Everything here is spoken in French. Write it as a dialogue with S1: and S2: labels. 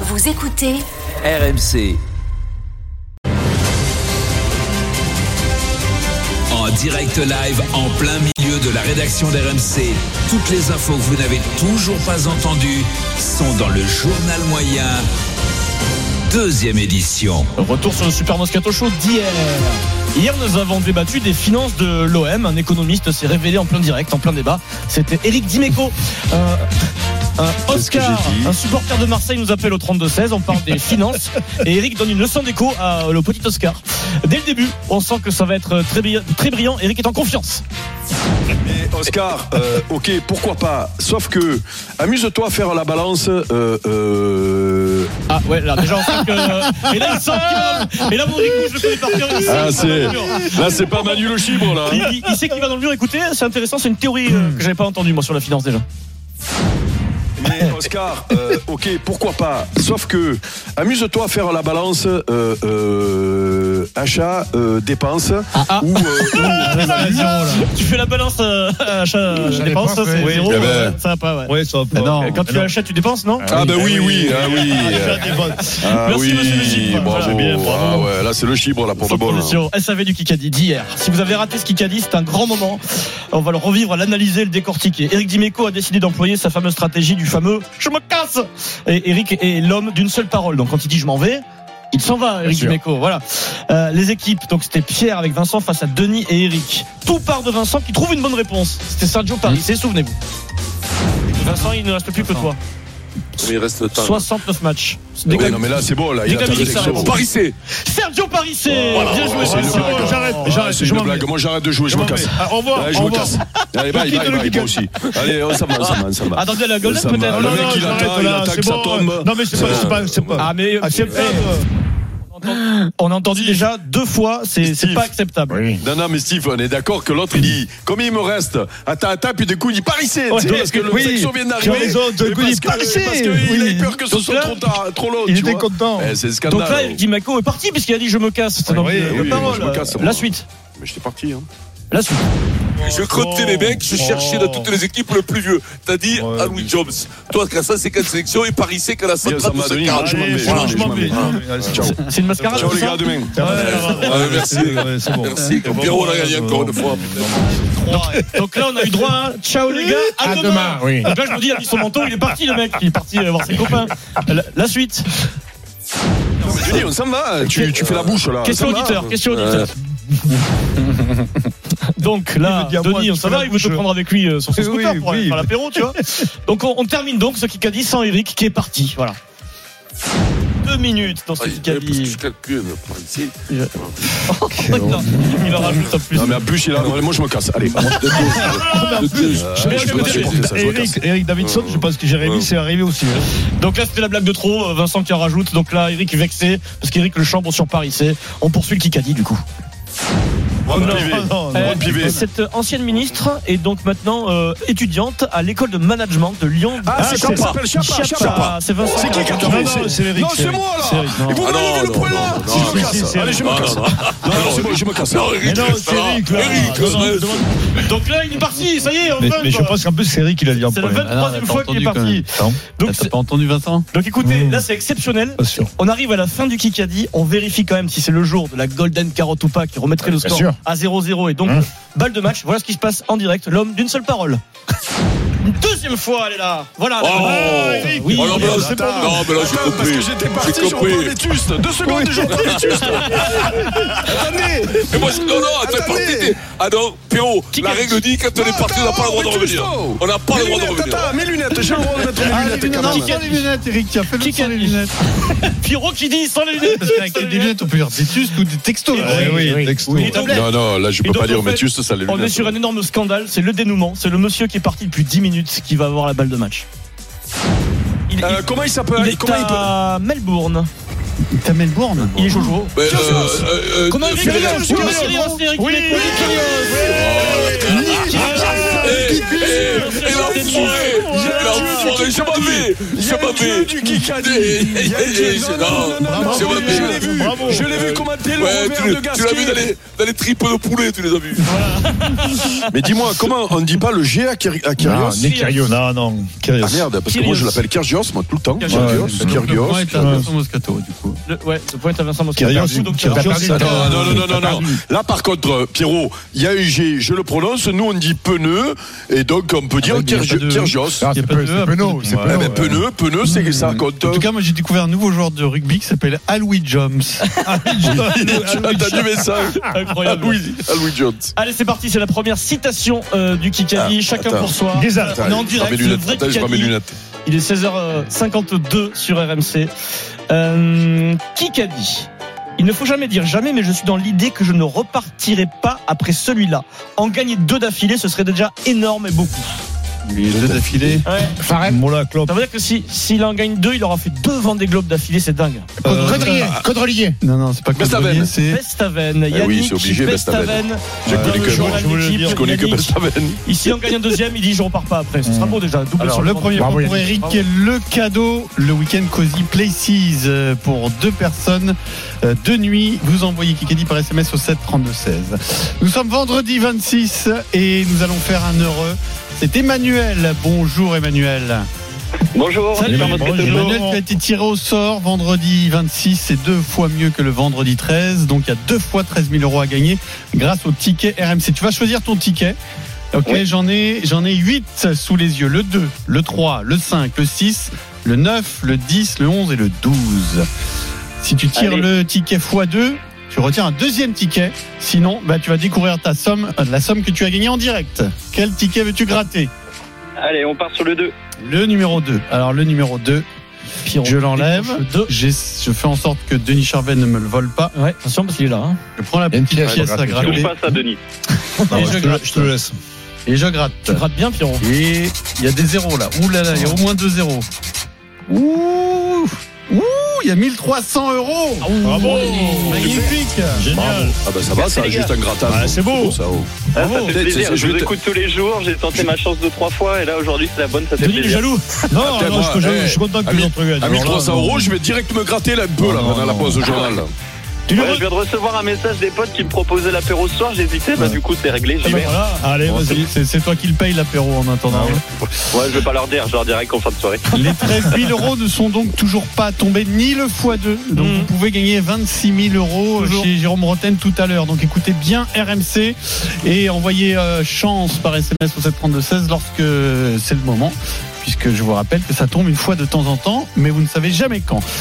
S1: Vous écoutez
S2: RMC. En direct live, en plein milieu de la rédaction d'RMC, toutes les infos que vous n'avez toujours pas entendues sont dans le journal moyen, deuxième édition.
S3: Retour sur le Super Moscato Show d'hier. Hier, nous avons débattu des finances de l'OM. Un économiste s'est révélé en plein direct, en plein débat. C'était Eric Dimeco. Euh, un
S4: C'est ce que
S3: Oscar,
S4: j'ai dit.
S3: un supporter de Marseille, nous appelle au 32-16. On parle des finances. Et Eric donne une leçon d'écho à le petit Oscar. Dès le début, on sent que ça va être très, bri- très brillant. Eric est en confiance.
S4: Mais Oscar, euh, ok, pourquoi pas Sauf que, amuse-toi à faire la balance. euh, euh,
S3: Ah ouais, là, déjà, on sent que. Et là, il sent que. Et là, mon Rico, je le connais par cœur. il sait
S4: Ah,
S3: qu'il va
S4: c'est-
S3: dans le mur.
S4: Là, c'est pas Manu le chibre, là. hein.
S3: Il, il- il sait qu'il va dans le mur. Écoutez, c'est intéressant. C'est une théorie euh, que j'avais pas entendue, moi, sur la finance déjà.
S4: Mais Oscar, euh, ok, pourquoi pas Sauf que, amuse-toi à faire la balance euh, euh, achat, euh, dépense. Ou, euh,
S3: Tu fais la balance euh, achat je dépense, ça, c'est zéro,
S4: Eh ben.
S3: euh, ça va pas ouais. Quand tu achètes, tu dépenses, Eh non
S4: Ah, ben oui, oui, ah oui.
S3: Ah, tu dépenses.
S4: Ah
S3: Merci,
S4: oui,
S3: monsieur le chiffre.
S4: bravo.
S3: Voilà. Bien, bravo.
S4: Ah ouais, là, c'est le chibre, là, pour de hein.
S3: Sans
S4: bon. là.
S3: condition. SAV du Kikadi d'hier. Si vous avez raté ce Kikadi, c'est un grand moment. On va le revivre, l'analyser, le décortiquer. Eric Dimeco a décidé d'employer sa fameuse stratégie du fameux je me casse. Et Eric est l'homme d'une seule parole. Donc quand il dit je m'en vais, il s'en va, Eric Dimeco. Voilà. Euh, les équipes, donc c'était Pierre avec Vincent face à Denis et Eric. Tout part de Vincent qui trouve une bonne réponse. C'était Sergio
S4: Mm.
S3: Paris, c'est souvenez-vous. Vincent, il ne reste plus que toi.
S5: Il reste le temps.
S3: 69 matchs.
S4: Ah Ouais, non, mais là, c'est bon, là. Il
S3: Dès que
S4: a
S3: la
S4: tapé
S3: musique s'arrête.
S4: l'exo.
S5: Paris C.
S3: Sergio Paris, c'est
S4: Voilà, Oh,
S3: bien joué.
S4: c'est une
S3: Vincent.
S4: blague. Ah, C'est une blague. Moi, j'arrête de jouer, je me casse.
S3: Au revoir.
S4: Allez, je me casse. Allez, bye, bye, bye, moi aussi. Allez, on s'en va, on s'en va, on s'en va.
S3: Attendez, la Golden
S4: Ça m'a-
S3: peut-être
S4: Le
S3: Non,
S4: mec,
S3: non,
S4: il
S3: j'arrête,
S4: attend, il
S3: là,
S4: attend
S3: c'est
S4: que ça
S3: bon.
S4: tombe.
S6: Non mais c'est pas, c'est pas, c'est pas.
S3: Ah mais
S6: eh,
S3: acceptable. On a entendu déjà deux fois, c'est c'est pas acceptable.
S4: Non, non, mais Steve, on est d'accord que l'autre, il dit Combien il me reste Attends, attends, puis du coup, il dit Paris C.
S3: Ouais,
S4: tu vois, parce que le
S6: oui.
S4: sexo vient
S6: Tu as
S4: d'arriver.
S6: raison, du
S4: mais
S6: coup,
S4: parce
S6: il dit
S4: que-
S6: Paris C.
S4: Parce qu'il a eu
S6: Oui.
S4: peur que ce
S3: Donc
S4: soit
S3: là,
S4: trop tard, trop long.
S6: Il
S4: tu
S6: était
S4: vois.
S6: content.
S4: Eh, C'est le scandale.
S3: Donc là, Eric Dimaco est parti puisqu'il a dit je me casse. C'est
S6: Oui,
S3: dans
S6: oui,
S3: le-
S4: oui,
S3: le
S4: oui,
S3: parole.
S4: je me casse,
S3: La
S4: moi.
S3: suite.
S4: Mais j'étais parti. Hein.
S3: La suite.
S5: Je crottais les mecs, je cherchais dans toutes les équipes le plus vieux. T'as dit
S6: Ouais.
S5: à Louis Jobs. Toi, qui a 150 sélections et Paris C, qui a la
S4: Bien, ça m'a
S5: 135
S4: donné.
S5: quarante.
S4: Je m'en vais, je m'en vais, je m'en vais. Ciao.
S3: C'est une mascarade.
S4: Ciao,
S3: c'est
S4: les
S3: ça
S4: gars, à demain.
S5: Ah, merci. Merci. Comme Pierrot, on a gagné encore une fois.
S3: Donc là, on a eu droit à un ciao les gars, à, demain. Donc là, je me dis, il a mis son manteau, il est parti le mec, il est parti euh, voir ses copains. La, la suite.
S4: Je dis, on s'en va. Tu tu fais la bouche,
S6: Ah,
S4: là.
S3: Question
S4: On s'en va.
S3: auditeur, question auditeur. Donc là,
S6: Il veut dire, moi,
S3: Denis,
S6: tu
S3: on s'en
S6: fais la
S3: va, il veut te
S6: bouche.
S3: prendre avec lui euh, sur son
S6: Oui,
S3: scooter pour aller
S6: oui.
S3: faire l'apéro, tu vois. Donc on, on termine donc ce Kikadi sans Eric qui est parti, voilà. Deux minutes dans ce
S5: Ah, il- parce que
S3: Kikadi.
S5: je calcule, Paris C.
S3: Non, il en rajoute en plus.
S4: Non, mais à bûche, il a. Moi, je me casse. Allez, moi, je
S6: Mais
S4: je peux pas supporter ça, Euh, je me casse.
S6: Ah, Eric, Eric Davidson, je pense que Jérémy c'est arrivé aussi. hein.
S3: Donc là, c'était la blague de trop. euh, Vincent qui en rajoute. Donc là, Eric vexé parce qu'Eric le chambre sur Paris. C'est on poursuit le Kikadi du coup.
S4: Bon,
S6: non,
S4: privé.
S6: non,
S3: Euh,
S4: Bon, Ah privé.
S3: cette ancienne ministre est donc maintenant euh, étudiante à l'école de management de Lyon.
S4: Ah, c'est Chapa.
S3: Chapa.
S4: Chapa,
S3: Chapa.
S4: Chapa.
S3: C'est Vincent.
S4: C'est qui qui a
S3: raconte.
S4: trouvé
S6: non, c'est Eric,
S4: Non,
S6: c'est
S4: c'est
S6: Eric.
S4: moi
S6: C'est
S4: là
S6: Eric, non.
S4: Et vous
S5: Ah,
S4: me
S5: non,
S4: levez le
S5: non,
S4: poing là
S5: non, non,
S4: Si je me
S6: non,
S4: casse
S6: c'est
S4: Allez, je me
S5: Eric.
S4: casse
S5: Non,
S4: Non, non, c'est bon, je me casse
S5: Non, Eric,
S6: Mais non,
S5: reste
S6: c'est
S5: là.
S6: Eric, là.
S5: Eric,
S6: Non, non,
S5: reste.
S3: Donc là, il est parti. Ça y est, enfin.
S7: Mais-
S6: Mais je
S3: quoi.
S6: pense qu'en plus c'est Eric qui l'a dit en
S3: C'est le
S6: premier.
S3: 23e
S7: t'as
S3: fois qu'il est
S7: entendu quand
S3: parti.
S7: même. Attends,
S3: Donc,
S7: t'as
S3: c'est- Ah,
S7: pas entendu Vincent
S3: Donc écoutez,
S6: Mmh.
S3: là c'est exceptionnel.
S6: Pas sûr.
S3: On arrive à la fin du Kikadi. On vérifie quand même si c'est le jour de la Golden Carotte ou pas qui remettrait le
S6: Bien
S3: score
S6: sûr.
S3: à 0-0. Et donc,
S6: Mmh.
S3: balle de match. Voilà ce qui se passe en direct. L'homme d'une seule parole. Une deuxième fois, elle est là. Voilà.
S5: Oh.
S3: Eric. oui,
S5: Oh, non, mais là,
S3: c'est
S4: Attends,
S5: Non, mais là, j'ai
S4: attends,
S5: compris.
S4: Parce que j'étais parti,
S5: J'ai
S4: je
S5: compris.
S4: reprends les tustes. Deux secondes, je reprends les tustes. Attendez
S5: Mais moi, je- non, non, attends,
S4: Attendez.
S5: parti, t'es- Ah non, Pierrot,
S3: Qui
S5: la
S3: gagne
S5: règle dit quand on est parti, on n'a pas le droit de revenir. On n'a pas le droit de revenir.
S4: Attends, mes lunettes, j'ai le droit de mettre mes
S6: Ah, les
S4: lunettes
S6: lunettes,
S4: quand même.
S6: sans les lunettes, Eric, tu as fait le sans les
S3: Kikadi.
S6: lunettes.
S3: Pierrot qui dit sans les lunettes.
S6: Parce qu'avec
S3: Sans les
S6: des lunettes, on peut dire des tustes ou des textos.
S3: Eh oui,
S6: textos.
S3: Oui, donc là,
S4: Non, non, là, je
S3: Et
S4: peux
S3: donc,
S4: pas
S3: en
S4: dire
S3: fait,
S4: mes tustes, ça les
S3: On est
S4: lunettes.
S3: sur un énorme scandale, c'est le dénouement, c'est le monsieur qui est parti depuis 10 minutes qui va avoir la balle de match. Il,
S4: Euh, Comment il
S3: il- il Euh,
S4: s'appelle
S3: est
S4: Comment il peut
S3: à Melbourne,
S6: T'as Melbourne.
S3: il est Jojo.
S5: Mais, euh,
S4: Curios.
S5: euh, euh,
S3: Comment il
S5: Federer,
S3: récupère
S4: Kyrgios,
S3: Kyrgios, Kyrgios, Kyrgios, Kyrgios,
S5: Eh, eh, l'enfoiré L'enfoiré, je m'en vais
S4: Il y
S5: Je
S4: a
S5: m'en
S4: un dieu
S5: vais
S4: du Kikadi. Il y a un dieu- non, non, non, non, non,
S5: C'est
S4: non,
S5: vrai,
S4: mais je l'ai vu.
S3: bravo.
S4: Je l'ai vu commenter le
S5: Ouais, tu,
S4: revers de
S5: l'as- tu l'as vu dans
S4: Gasquet.
S5: les, dans les tripes de poulet, tu les as vus.
S4: Mais dis-moi, comment on ne dit pas le G à Kyr- à Kyrgios
S6: ni Ah, Kyrgios, non, non. Kyrgios.
S4: Ah merde, parce que moi je l'appelle Kyrgios, moi, tout le temps.
S3: Kyrgios.
S4: Kyrgios, Kyrgios.
S6: Ouais, t'as raison, Moscato, du coup.
S3: Le- Ouais, le point est à Vincent Moscato.
S6: Kyrgios,
S3: Donc,
S6: Kyrgios,
S3: t'as perdu.
S6: ça-
S4: Non, non, non, non, non,
S6: T'as
S4: non. Là, par contre, euh, Pierrot, il y a un G, je le prononce, nous on dit pneu, et donc on peut dire
S6: mais il y a
S4: Kyrgi-
S6: pas de-
S4: Kyrgios.
S1: Ah,
S6: Il y a
S1: c'est
S6: pas
S1: peu-
S6: de-
S1: c'est Penaud, c'est
S6: Ouais.
S1: Penaud,
S4: Eh
S1: ouais.
S4: ben, pneu, pneu, c'est que ça compte.
S6: En tout cas, moi j'ai découvert un nouveau joueur de rugby qui s'appelle Aloui Jones. Ah,
S4: tu as entendu mes messages à
S3: Incroyable.
S4: Louis, à Louis Jones.
S3: Allez, c'est parti, c'est la première citation euh, du Kikadi,
S4: Ah,
S3: chacun
S4: attends.
S3: pour soi.
S1: Guézard.
S3: On est en direct,
S4: je
S3: le vrai
S4: Attends, je prends mes
S3: Kikadi.
S4: lunettes.
S3: Il est 16h52 sur RMC. Euh, Kikadi. Il ne faut jamais dire jamais, mais je suis dans l'idée que je ne repartirai pas après celui-là. En gagner deux d'affilée, ce serait déjà énorme et beaucoup.
S6: Les deux d'affilée.
S3: Ouais.
S1: Farrell.
S6: Mola Klopp.
S3: Ça veut dire que si s'il en gagne deux, il aura fait deux Vendée Globes d'affilée, c'est dingue.
S6: Euh,
S1: Codrelier. Codrelier.
S6: Non, non, c'est pas
S4: Bestaven.
S6: Codrelier, c'est.
S3: Bestaven,
S4: Eh oui,
S3: Eh Yannick Euh,
S4: c'est obligé,
S3: Bestaven.
S4: Je
S3: dans
S4: connais
S3: le
S4: que-
S3: journal
S6: je voulais le
S3: d'équipe,
S6: dire,
S4: Je connais que
S3: Yannick,
S4: Bestaven.
S3: Ici, en gagnant deuxième, il dit je repars pas après. Ce sera beau déjà. double
S6: Mm. Alors
S3: sur
S6: le
S3: Vendée.
S6: premier point
S1: Bravo,
S6: pour
S1: Yannick.
S6: Eric,
S3: Bravo.
S6: le cadeau, le week-end Cozy Places euh, pour deux personnes, euh, deux nuits. Vous envoyez Kikedi par SMS au 7 32 16. Nous sommes vendredi 26 et nous allons faire un heureux. C'est Emmanuel. Bonjour Emmanuel.
S7: Bonjour.
S3: Salut,
S7: Bonjour.
S3: Arnaud.
S6: Emmanuel, tu as été tiré au sort vendredi 26, c'est deux fois mieux que le vendredi 13. Donc il y a deux fois 13 000 euros à gagner grâce au ticket RMC. Tu vas choisir ton ticket. Ok, j'en ai, j'en ai 8 sous les yeux. Le 2, le 3, le 5, le 6, le 9, le 10, le 11 et le 12. Si tu tires
S7: Allez.
S6: le ticket x2, tu retiens un deuxième ticket. Sinon, bah, tu vas découvrir ta somme, euh, la somme que tu as gagnée en direct. Quel ticket veux-tu gratter
S7: Allez, on part sur le 2.
S6: Le numéro 2. Alors le numéro 2,
S3: Pierrot,
S6: je l'enlève.
S3: décroche Deux.
S6: J'ai- je fais en sorte que Denis Charvet ne me le vole pas.
S3: Ouais, attention parce qu'il est là. hein.
S6: Je prends la
S1: Il y a une
S6: petite
S1: pièce à
S6: pièce à
S4: Ah,
S1: gratter.
S7: On
S6: gratter
S7: passe à Denis.
S6: Et je gratte.
S1: Je te le laisse.
S6: et je gratte.
S3: Tu grattes bien, Pierrot.
S6: Et il y a des zéros là. Ouh là là, il y a au moins deux zéros. Ouh Ouh Il y a 1300 euros
S1: Bravo.
S6: Magnifique
S1: Génial.
S4: Ah bah ça va, ça, juste un grattage.
S1: Ah, c'est beau.
S4: Ça, oh.
S7: Ah,
S4: Bravo.
S7: ça fait
S4: Peut-être,
S7: plaisir.
S4: c'est-
S7: Je
S4: je
S7: vous
S4: vais te-
S7: écoute tous les jours. J'ai tenté ma chance deux, trois fois. Et là, aujourd'hui, c'est la bonne. Ça fait
S3: Denis, il est
S7: plaisir.
S3: jaloux.
S1: Non,
S4: Attends,
S1: non, je
S4: moi,
S1: suis jamais-
S4: eh,
S1: je suis content que
S4: à
S1: tu
S4: mille-
S1: l'entres bien.
S4: À 1300 euros, je vais direct me gratter là un peu, là,
S1: Non,
S4: pendant la
S1: non,
S4: pause de journal.
S1: Tu le
S7: Ouais, je viens de recevoir un message des potes qui me proposaient l'apéro ce soir. J'hésitais. Bah,
S1: Ouais.
S7: du coup, c'est réglé. J'y vais.
S4: Ah,
S1: Voilà.
S6: Allez,
S1: Bon,
S6: vas-y, c'est- c'est toi qui le paye l'apéro en attendant.
S4: bah.
S7: Ouais, je vais pas leur dire. Je leur dirai qu'en fin de soirée.
S6: Les 13 000 euros ne sont donc toujours pas tombés, ni le x2. Donc
S3: Mhm.
S6: vous pouvez gagner 26 000 euros
S3: Toujours.
S6: chez Jérôme Roten tout à l'heure. Donc écoutez bien RMC et envoyez euh, chance par SMS au 732-16 lorsque c'est le moment. Puisque je vous rappelle que ça tombe une fois de temps en temps, mais vous ne savez jamais quand.